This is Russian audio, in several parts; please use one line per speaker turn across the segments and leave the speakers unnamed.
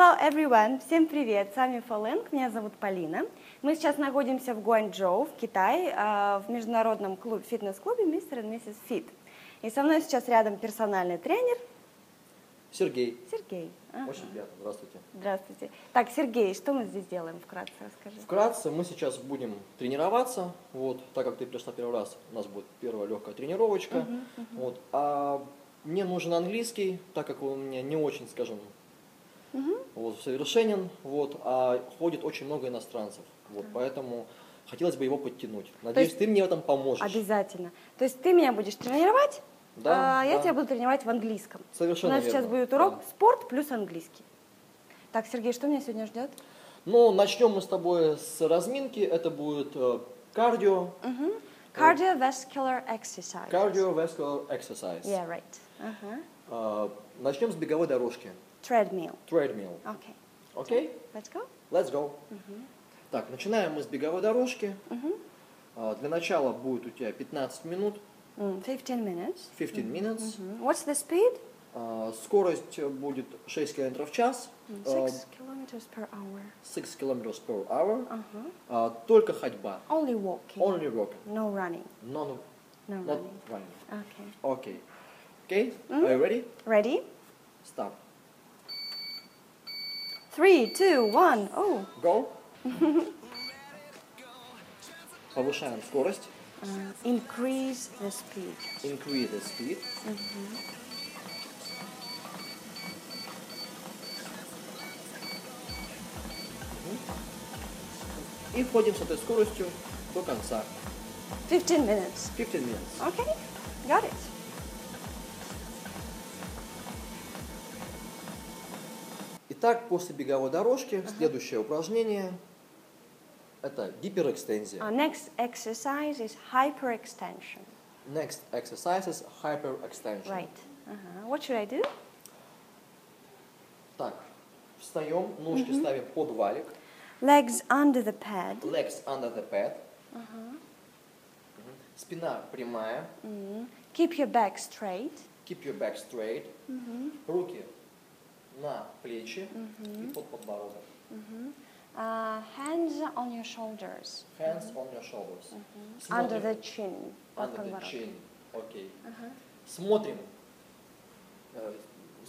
Hello everyone! Всем привет! С вами Фолинг, меня зовут Полина. Мы сейчас находимся в Гуанчжоу, в Китае, э, в международном клуб, фитнес-клубе Мистер и Миссис Фит. И со мной сейчас рядом персональный тренер
Сергей.
Сергей. А,
Очень приятно, здравствуйте.
Здравствуйте. Так, Сергей, что мы здесь делаем вкратце, расскажи.
Вкратце мы сейчас будем тренироваться, вот, так как ты пришла первый раз, у нас будет первая легкая тренировочка, вот, а мне нужен английский, так как он у меня не очень, скажем, вот, совершенен, вот, а ходит очень много иностранцев, вот, поэтому хотелось бы его подтянуть. Надеюсь,
есть-
ты мне в этом поможешь.
Обязательно. То есть ты меня будешь тренировать,
Да,
а я
да.
тебя буду тренировать в английском.
Совершенно
У нас сейчас
верно.
будет урок
Да.
спорт плюс английский. Так, Сергей, что меня сегодня ждет?
Ну, начнем мы с тобой с разминки, это будет э, кардио, Э,
Cardiovascular exercise.
cardiovascular exercise.
Yeah, right. Ага.
Э, начнем с беговой дорожки,
Treadmill.
treadmill,
Okay,
окей?
let's go.
Let's go. Так, начинаем мы с беговой дорожки. А, Для начала будет у тебя 15 минут,
Mm, 15 minutes.
15 minutes.
Mm, What's the speed?
А, Скорость э, будет 6 км в час,
Mm,
а,
Six kilometers per hour.
6 км per hour.
Uh-huh.
А, Только ходьба.
Only walking.
Only walking.
No running.
Non,
No
not
running.
running.
Okay.
Окей. Окей? Are you ready?
Ready?
Start.
Three, two, one. Oh.
Go. Повышаем скорость.
Uh, increase the speed.
Increase the speed. Мгм. И входим с этой скоростью до конца.
15 minutes.
15 minutes.
Okay, got it.
Итак, после беговой дорожки следующее упражнение это гиперэкстензия.
Our next exercise is hyperextension.
Next exercise is hyperextension.
Right. Uh-huh. What should I do?
Так, встаем, ножки ставим под валик.
Legs under the pad.
Legs under the pad. Мгм. Спина прямая.
Mm. Keep your back straight.
Keep your back straight. Руки на плечи и под подбородок.
Uh, hands on your shoulders.
Hands on your shoulders.
Under
Смотрим.
the chin. под
Under the
подбородком.
chin. Окей. Смотрим. Э,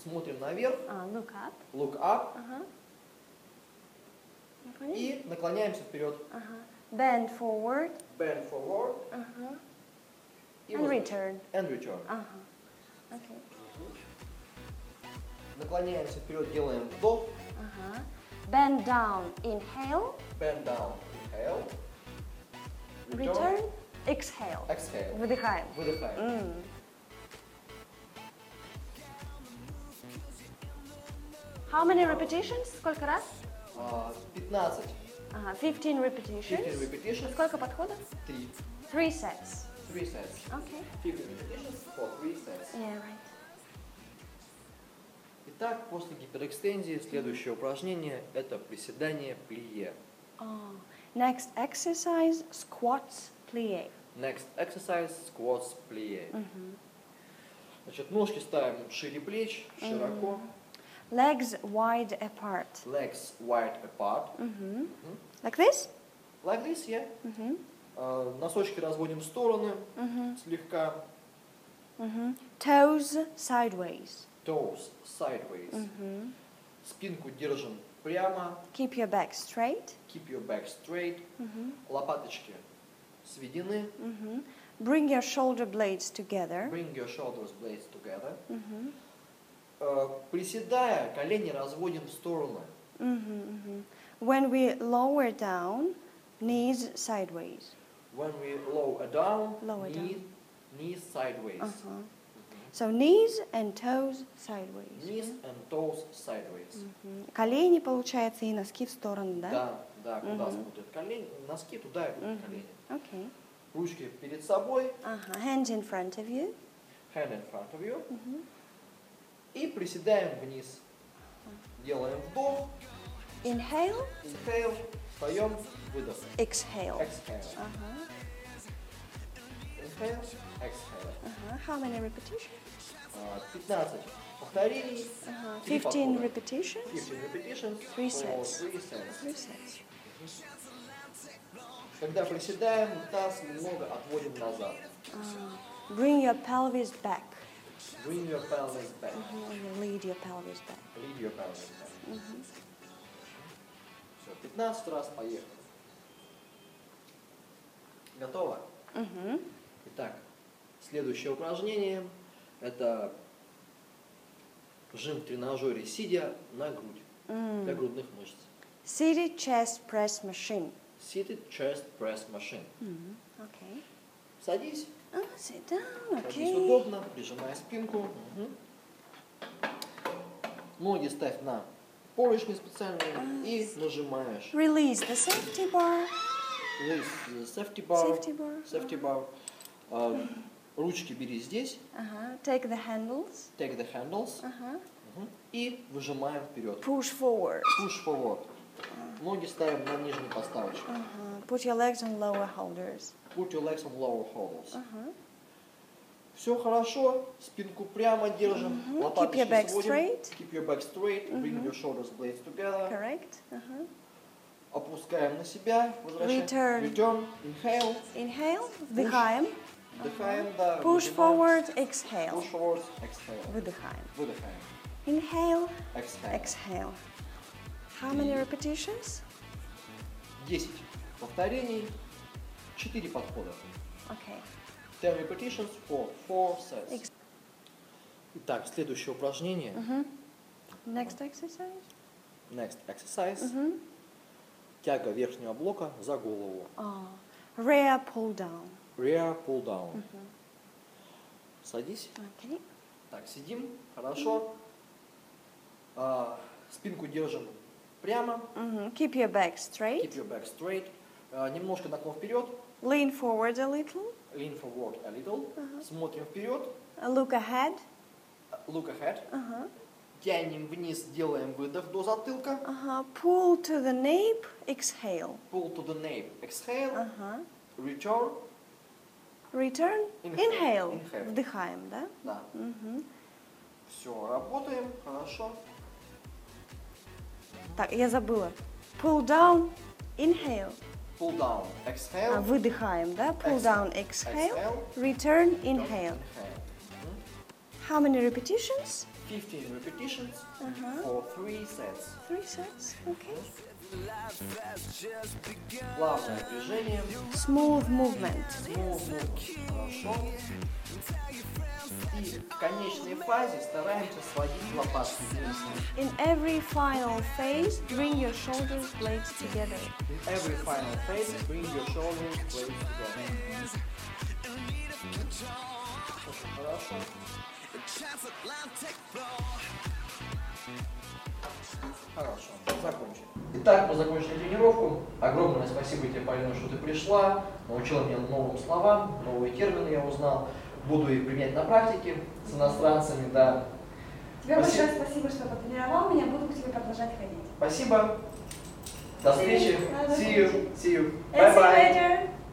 Смотрим наверх.
Uh, look up.
Look up.
Ага.
И наклоняемся вперед.
Ага. Uh-huh. Bend forward.
Bend forward. И
And
возвращаемся.
return. Uh-huh.
And return.
Ага. Okay.
Наклоняемся вперед, делаем вдох.
Ага. Uh-huh. Bend down. Inhale.
Bend down. Inhale.
Return. Exhale.
Exhale.
Выдыхаем.
Выдыхаем.
М. How many repetitions? Сколько раз?
А, 15.
Ага, 15 repetitions.
15 repetitions.
Сколько подходов?
3.
3 sets.
3 sets.
Okay.
15 repetitions for 3 sets.
Yeah, right.
Итак, после гиперэкстензии следующее упражнение – это приседание плие.
Oh. Next exercise, squats plie. Mm-hmm.
Next exercise – squats плие. Значит, ножки ставим шире плеч, широко.
Legs wide apart. Mm-hmm.
Legs wide apart.
Like this? Mm-hmm.
Like this, yeah. А, Носочки разводим в стороны слегка.
hmm Mm-hmm. Toes sideways. Mm-hmm.
Toes sideways. Спинку держим прямо.
Keep your back straight. Mm-hmm.
Keep your back straight. Лопаточки сведены.
hmm Bring your shoulder blades together. Mm-hmm.
Bring your shoulders blades together. Э, Приседая, колени разводим в стороны.
hmm When we lower down, knees sideways.
When we lower down,
Lower
knee, knees sideways.
Uh-huh. So knees and toes sideways.
Knees and toes sideways.
Мгм. Колени, получается, и носки в сторону, да?
Да, да, куда смотрят колени, носки туда и будут колени.
Okay.
Ручки перед собой,
Ага. Hands in front of you.
hand in front of you. И приседаем вниз. Делаем вдох,
Inhale,
inhale, встаем, выдох.
exhale.
Exhale,
Ага.
inhale, exhale.
Ага. How many repetitions?
А, 15 повторений,
Ага.
три
15
подхода.
repetitions,
15 repetitions,
Three
вот,
sets.
three sets.
three sets.
Когда приседаем, таз немного отводим назад.
А, Ah. Bring your pelvis back.
Bring your pelvis back.
Ага, Lead your pelvis back. Mm-hmm.
Lead your pelvis back. Все, 15 раз поехали. Готово?
Мгм.
Итак, следующее упражнение – это жим в тренажере, сидя на грудь,
М.
для грудных мышц.
Seated Mm. chest press machine.
Seated chest press machine.
Мгм. Okay.
Садись,
Ah, sit down.
садись
Okay.
удобно, прижимай спинку. Мгм. Ноги ставь на поручни
А,
специальные и нажимаешь.
Release the safety bar.
Release the safety bar.
Safety bar.
Safety bar. А, Ручки бери здесь.
Ага. Uh-huh. Take the handles. Uh-huh.
Take the handles.
Ага.
Мгм. И выжимаем вперед.
Push forward.
Push forward. Ноги ставим на нижнюю поставочку.
Ага. Uh-huh. Put your legs on lower Uh-huh. holders.
Put your legs on lower holds.
Ага.
Все хорошо, спинку прямо держим,
Мгм.
лопаточки
Keep your back
сводим.
straight.
Keep your back straight, bring your shoulders blades together.
Correct? Uh-huh. Ага.
Опускаем на себя, возвращаем.
Return.
Return, inhale,
Inhale. Вдыхаем.
вдыхаем, да.
Push
выдыхаем.
forward. Exhale.
Push forward, exhale.
Выдыхаем.
Выдыхаем.
Inhale.
Exhale.
Exhale. How many repetitions?
10 повторений, 4 подхода.
Okay.
10 repetitions for 4 sets.
Ex-
Итак, следующее упражнение.
Mm-hmm. Next exercise. Mm-hmm.
Next exercise. Тяга верхнего блока за голову.
Oh. Rear pull down.
Rear pull down. Садись.
Okay.
Так, сидим. Хорошо. А, спинку держим прямо.
Мгм. Mm-hmm. Keep your back
Keep
straight.
your back straight. А, немножко наклон вперед.
Lean forward a little.
Lean forward a little.
Ага.
Смотрим вперед.
Uh, Look ahead.
Look ahead.
Ага.
Тянем вниз, делаем выдох до затылка.
Ага. Uh-huh. Pull to the nape. Exhale.
Pull to the nape. Exhale.
Ага.
Return.
Return.
Inhale.
Inhale.
Inhale.
Вдыхаем, да?
Да.
Мгм.
Все, работаем. Хорошо.
Так, я забыла. Pull down. Inhale.
Pull down. Exhale.
А, выдыхаем, да? Pull down. Exhale.
Exhale.
Return. Inhale. How many repetitions?
15 repetitions
Ага.
for 3 sets.
Three sets. Okay.
Плавное движение.
Smooth movement.
Смугло. Хорошо. И в конечной фазе стараемся сводить лопатки вниз.
In every final phase, bring your shoulders blades together.
In every final phase, bring your shoulders close together. Очень хорошо. Хорошо, закончили. Итак, мы закончили тренировку. Огромное спасибо тебе, Полина, что ты пришла, научила меня новым словам, новые термины я узнал. Буду их применять на практике с иностранцами, да.
Тебе
Спасибо.
большое спасибо, что потренировал меня. Буду к тебе продолжать ходить.
Спасибо. До встречи.
До
See you. See you.
And see you
Bye-bye.
later.